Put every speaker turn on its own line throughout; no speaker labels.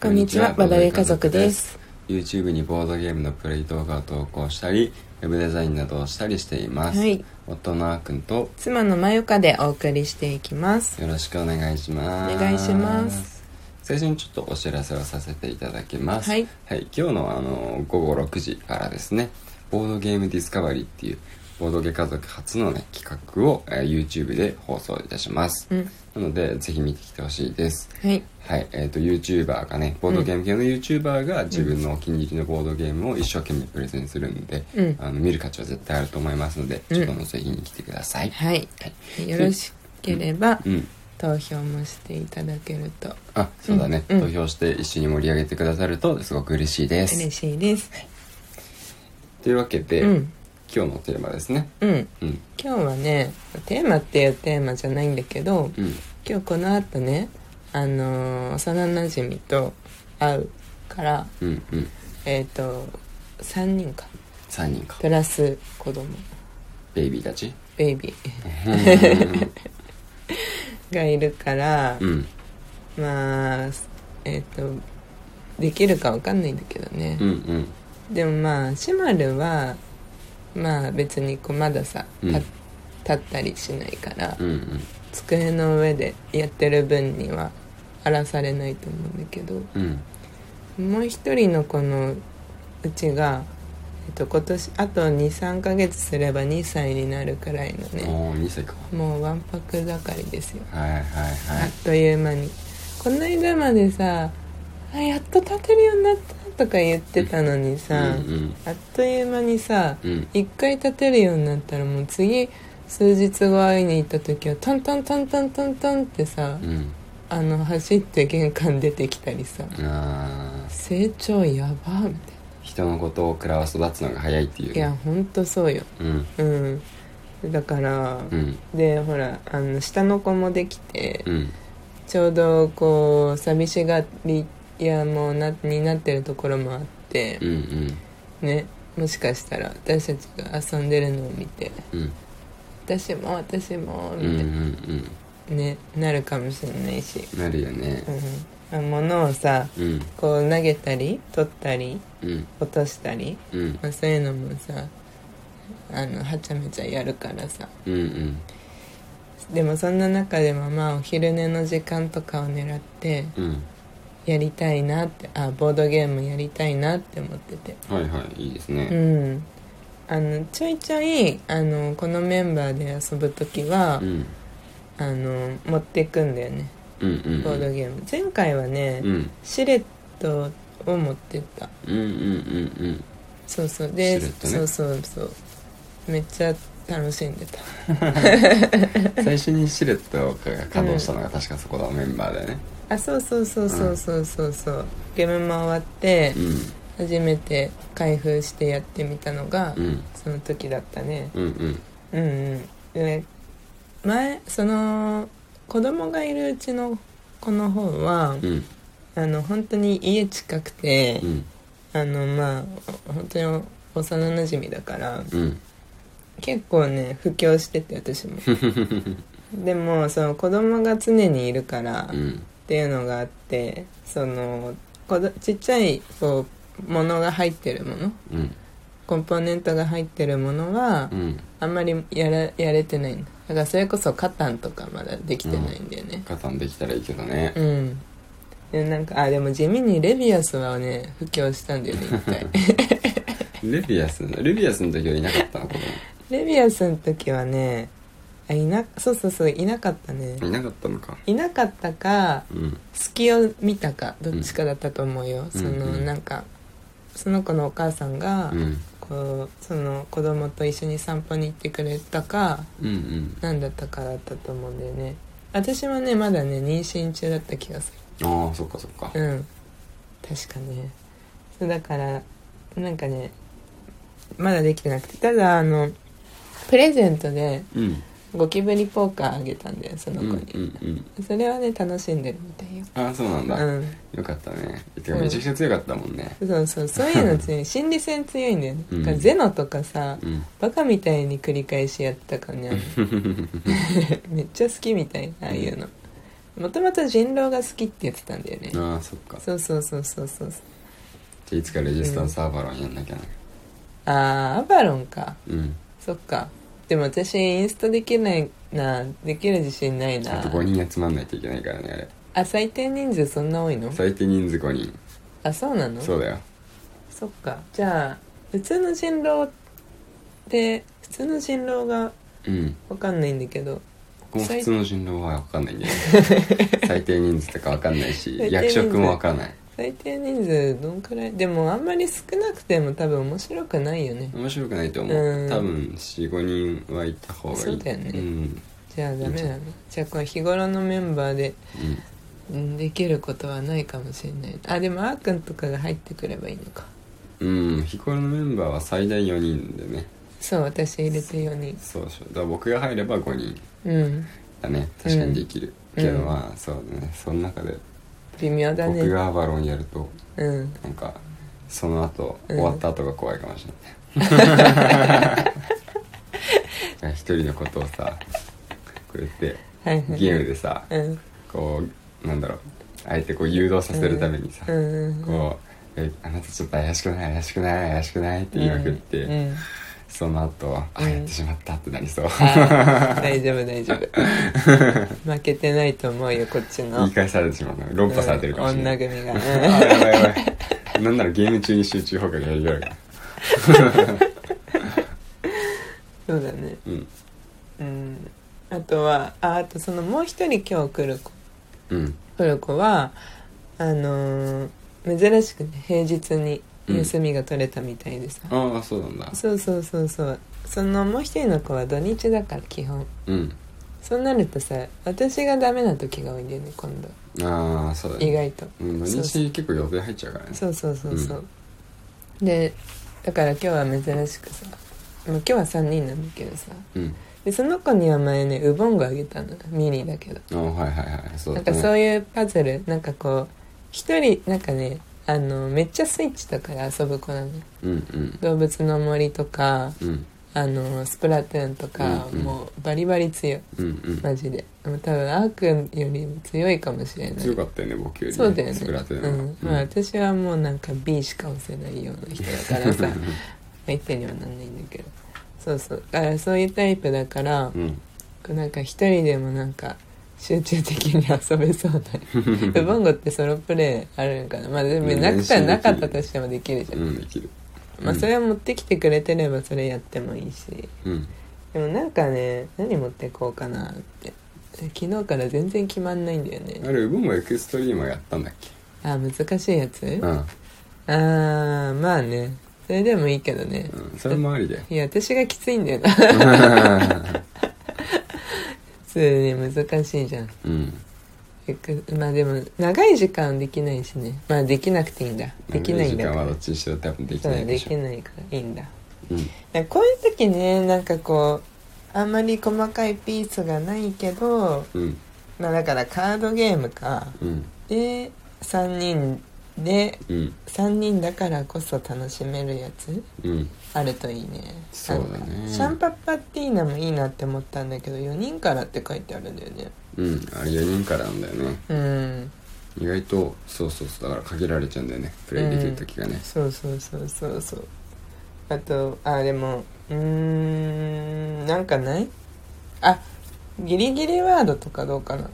こんにちは、バダレ家族です。
YouTube にボードゲームのプレイ動画を投稿したりウェブデザインなどをしたりしています、
はい、
夫のあーくんと
妻のまゆかでお送りしていきます。
よろしくお願いします
お願いします
最初にちょっとお知らせをさせていただきます
はい、
今日のあの午後6時からですねボードゲームディスカバリーっていうボードゲ家族初のね企画を、えー YouTube で放送いたします、
うん、
なのでぜひ見てきてほしいです
はい、
はい、えっ、と YouTuber がねボードゲーム系の YouTuber が自分のお気に入りのボードゲームを一生懸命プレゼンするんで、
うん
あの見る価値は絶対あると思いますので、
うん
ちょっとのぜひに来てください。
はい
はい、
よろしければ
うん、
投票もしていただけると
あそうだね、
うん
投票して一緒に盛り上げてくださるとすごく嬉しいです。
嬉しいです。
というわけで、
うん、
今日のテーマですね。
うん、
うん
今日はね、テーマっていうテーマじゃないんだけど、
うん
今日この後ね、あのー幼馴染と会うから、
うんうん
えっ、と3人か
3人か
プラス子供
ベイビーた ち。
ベイビーがいるから、
うん
まあえっ、とできるかわかんないんだけどね
うんう、ん
でもまあシマルはまあ別にこうまださ、
うん
た立ったりしないから、
うんうん
机の上でやってる分には荒らされないと思うんだけど
うん
もう一人の子のうちが、えっと、今年あと23ヶ月すれば2歳になるくらいのね
おー2歳か。
もうわんぱく盛りですよ
はいはいは
あ
い
っ。という間にこの間までさあやっと立てるようになったとか言ってたのにさ、
うん
あっという間にさ
うんうん
一回立てるようになったらもう次数日後会いに行った時はトントントントントントンってさ、
うん
あの走って玄関出てきたりさ
あー
成長やばみたい
人のことをらは育つのが早いっていう
ないやほんとそうよ
うん
うんだから、
うん
でほらあの下の子もできて
うん
ちょうどこう寂しがり屋もなになってるところもあって
うんう、ん
ねもしかしたら私たちが遊んでるのを見て
うん
私も私
う
も
んう
みたいな、
ん
ねなるかもしれないし、
うんなるよね
うん、物をさ
うん
こう投げたり取ったり
うん
落としたり、
うん
まあ、そういうのもさあのはちゃめちゃやるからさ
うんうん
でもそんな中でもまあお昼寝の時間とかを狙って
うん
やりたいなってあボードゲームやりたいなって思ってて
はいはいいいです
う
ね
んあのちょいちょいあのこのメンバーで遊ぶ時は、
うん
あの持っていくんだよね
うんうん
ボードゲーム、前回はね、
うん
シレットを持ってった
うんうんうん
そうそうで、
シレットね
そうそうそうめっちゃ楽しんで
う
た
ん最初にシレットが稼働したのが確かそこのメンバーだよね
あそうそうそうそうそうそうそう、ゲームも終わって
う
初めて開封してやってみたのが、
んうん
その時だったね
うんうん
うんうんで前その子供がいるうちの子の方は、
うん
あの本当に家近くて
う、ん
あのまあお本当に幼なじみだから
うん
結構ね布教してて私もでもその子供が常にいるから、
うん
っていうのがあってそのこどちっちゃいこうものが入ってるもの
うん
コンポーネントが入ってるものは
うん
あんまりやらやれてないんだだからそれこそカタンとかまだできてないんだよね
加算できたらいいけどね
うん、でなんかあでも地味にレビアスはね布教したんだよ ね一回
ルビアスルビアスの時はいなかったの子
レビアスの時はねあいなそうそうそういなかったね
供いなかったのか
いなかったか
うん
隙を見たかどっちかだったと思うよ、その
うん
なんかその子のお母さんが、
うん
こうその子供と一緒に散歩に行ってくれたか
うんうん
何だったかだったと思うんだよね私はねまだね妊娠中だった気がす
ああそっかそっか
るうん確かねそうだからなんかねまだできてなくてただあのプレゼントで
うん
ゴキブリポーカーあげたんだよその
うんうん
子
う
に、
ん
それはね楽しんでるみたいよ
ああそうなんだ、
うん
よかったねて
う
か
ん
めちゃくちゃ強かったもんね
そうそうそういうの強い 心理戦強いんだよね、
うん
だからゼノとかさ
うん
バカみたいに繰り返しやってたからねめっちゃ好きみたいなああいうのもともと人狼が好きって言ってたんだよね
ああそっかじゃ
そうそうそうそうそう
あいつかレジスタンスアバロンやんなきゃな
あーアバロンか
うん
そっかでも私インストできないなできる自信ない
あ
な
と5人集まんないといけないからね
あ最低人数そんな多い
あ
の
れ最低人数5人
あそうなの
そうだよ
そっかじゃあ普通の人狼って普通の人狼が
うん
わかんないんだけど
この普通の人狼は分かんないん だよね最低人数とか分かんないし
最低人数
役職も分かんない
最低人数どんくらいでもあんまり少なくても多分面白くないよね
面白くないと思
う
うん多分45人はいた方がいい
そうだよね
うん、
じゃあダメだねじゃあこれ日頃のメンバーで
うん、
うんできることはないかもしれないあでもあーくんとかが入ってくればいいのか
うん、ヒコロのメンバーは最大4人でね
そう私入れて4人
そうそうだから僕が入れば5人
うん
だね確かにできる、
うん
けど
うん
まあそうだねその中で
微妙だ
僕
ね
がアバロンやると
うん
なんかその後、
うん
終わった後が怖いかもしれない いや一人のことをさこうやって
はいはい
ゲームでさ
うん
こうなんだろう相手こう誘導させるためにさ、
うんうん
こうえ「あなたちょっと怪しくない怪しくない怪しくない」って言いまくって、
うん
その後はあ
うん
やってしまった」ってなりそう、
あー大丈夫大丈 夫負けてないと思うよこっちの
言い返されてしまうの論破されてるかもしれない、
うん女組が、
あ
うん
や ばいやばいなんならゲーム中に集中砲火がやりやる
そうだね
うん
うんあとはああとそのもう一人今日来る子
うん
来る子はあのー珍しくね平日に休みが取れたみたいでさ、
ああそうなんだ
そうそうそうそうそのもう一人の子は土日だから基本
うん
そうなるとさ私がダメな時が多いんだよね今度
ああそうだね
意外と
うん土
そうそ
日結構予定入っちゃうからね
そうそうそうそう、でだから今日は珍しくさまあ今日は3人なんだけどさ
うん
でその子には前ねウボンゴあげたのミニだけど
ああはいはいはいそう
な
だ
んか
ね
そういうパズルなんかこう一人なんかねあのめっちゃスイッチとかで遊ぶ子なの
うんうん
動物の森とか
うん
あのスプラトゥーンとか、
うんうん
もうバリバリ強い
うんうん
マジでもう多分あーくんよりも強いかもしれない
強かったよね僕より
そうだよね
スプラトゥー
う
ン
ん
は
まあ、私はもうなんか B しか押せないような人だから さ相手にはなんないんだけどそうそうだからそういうタイプだから
うんうん
なんか一人でもなんか集中的に遊べそうだねウボンゴってソロプレイあるのかなまあでも
うん
なく
練習でき
たら
る
なかったとしてもできるじゃん、
うんできる
まあそれは持ってきてくれてればそれやってもいいし
うん
でもなんかね何持ってこうかなって昨日から全然決まんないんだよね
あれウボンもエクストリームやったんだっけ
あ難しいやつ、
うん
あーまあねそれでもいいけどね、
うんそれもありだよ
いや私がきついんだ よな普通に難しいじゃん
うん
えくまあでも長い時間できないしねまあできなくていいんだできないん
時
だ
間
か
はど
ら
っちにしろ多分でき
そう
ないで
で
し
き
ょ
ないからいいんだだか
うん
らこういう時ねなんかこうあんまり細かいピースがないけど
うん
まあだからカードゲームか
うん
で3人で
うん
3人だからこそ楽しめるやつ
うん
あるといいね
そうだね
なんかシャンパッパッティーナもいいなって思ったんだけど4人からって書いてあるんだよね
うんあれ4人からなんだよね
うん
意外とそうそうそうだから限られちゃうんだよねプレイできる時がね
そうそうそうそうそうあとあでもうーんなんかないあギリギリワードとかどうかな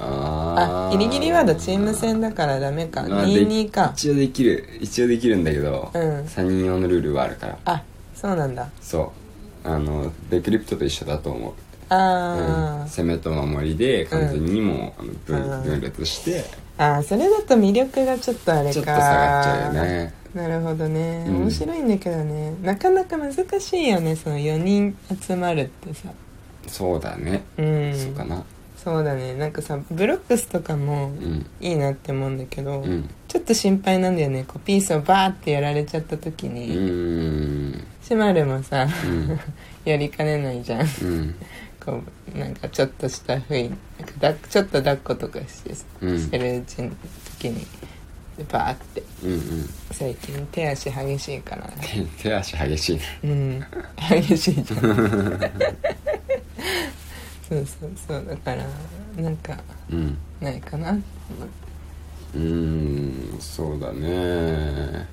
あ
あ
ー
ギリギリワードチーム戦だからダメか
まあで
22か
一応できる一応できるんだけど、
うん
3人用のルールはあるから
あそうなんだ
そうあのデクリプトと一緒だと思う、うん
あー、
攻めと守りで完全にもう、あの分
うん
分裂して
あーそれだと魅力がちょっとあれか
ちょっと下がっちゃうよね
なるほどね、
うん
面白いんだけどねなかなか難しいよねその4人集まるってさ
そうだね、
うん
そうかな
そうだねなんかさブロックスとかも
うん
いいなって思うんだけど、
うん
ちょっと心配なんだよねこうピースをバーってやられちゃった時
う
に、
ん
シマルもさ
うん
やりかねないじゃん
うん
こうなんかちょっとした雰囲気なんかだっちょっと抱っことかしてさ、
うん
してるうちの時にバーって
うんうん
最近手足激しいから
手手足激しいね
うん激しいじゃんそうそうそうだからなんか
うん
ないかな
うーんそうだね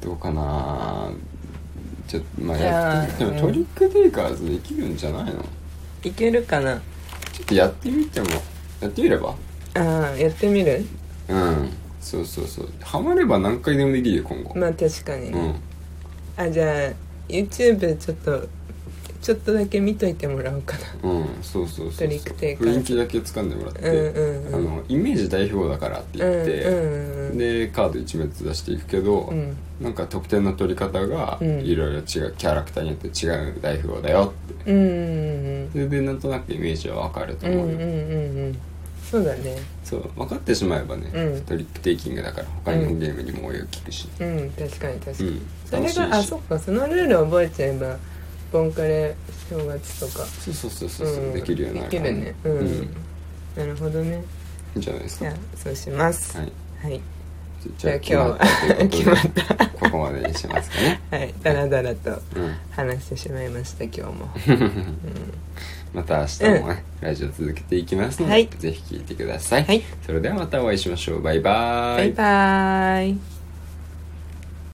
どうかなちょまあ
いや
やってみ
う
で
ん
もトリックテイカーズできるんじゃないの
いけるかな
ちょっとやってみてもやってみれば
ああやってみる
うんそうそうそうハマれば何回でもできるよ今後
まあ確かに
う
ね、
ん
あじゃあ YouTube ちょっとちょっとだけ見といてもらおうかな
うんそうそうそうそう
トリックテイカーズ
雰囲気だけ掴んでもらって、
うんうんうん
あのイメージ代表だからって言って、
うんうん
でカード1枚ずつ出していくけど、
うん
なんか得点の取り方が
うん
いろいろ違う、キャラクターによって違う代表だよって
うんうん
それでなんとなくイメージは分かると
うんうんう
思う
ん
よ、
うんうんそうだね
そう分かってしまえばね、
うん
トリックテイキングだから他のゲームにも応用効くし、
うん確かに確か
うん
に、それがあ
楽しいし
そっかそのルール覚えちゃえばボンカレ正月とか
そうそうそうそう、
うん
できるようになる
できるねうん、
うん
いなるほどね
いんじゃないです
じ
か
ゃ
はい
あそうしますはい、
じゃあ
じゃあ今日は
決まったということで
決まった
ここまでにしますかね
はい、ダラダラと
うん
話してしまいました今日も
また明日もね、ラジオ続けていきますので、
はい
ぜひ聞いてください、
はい
それではまたお会いしましょうバイバー
バイバーイ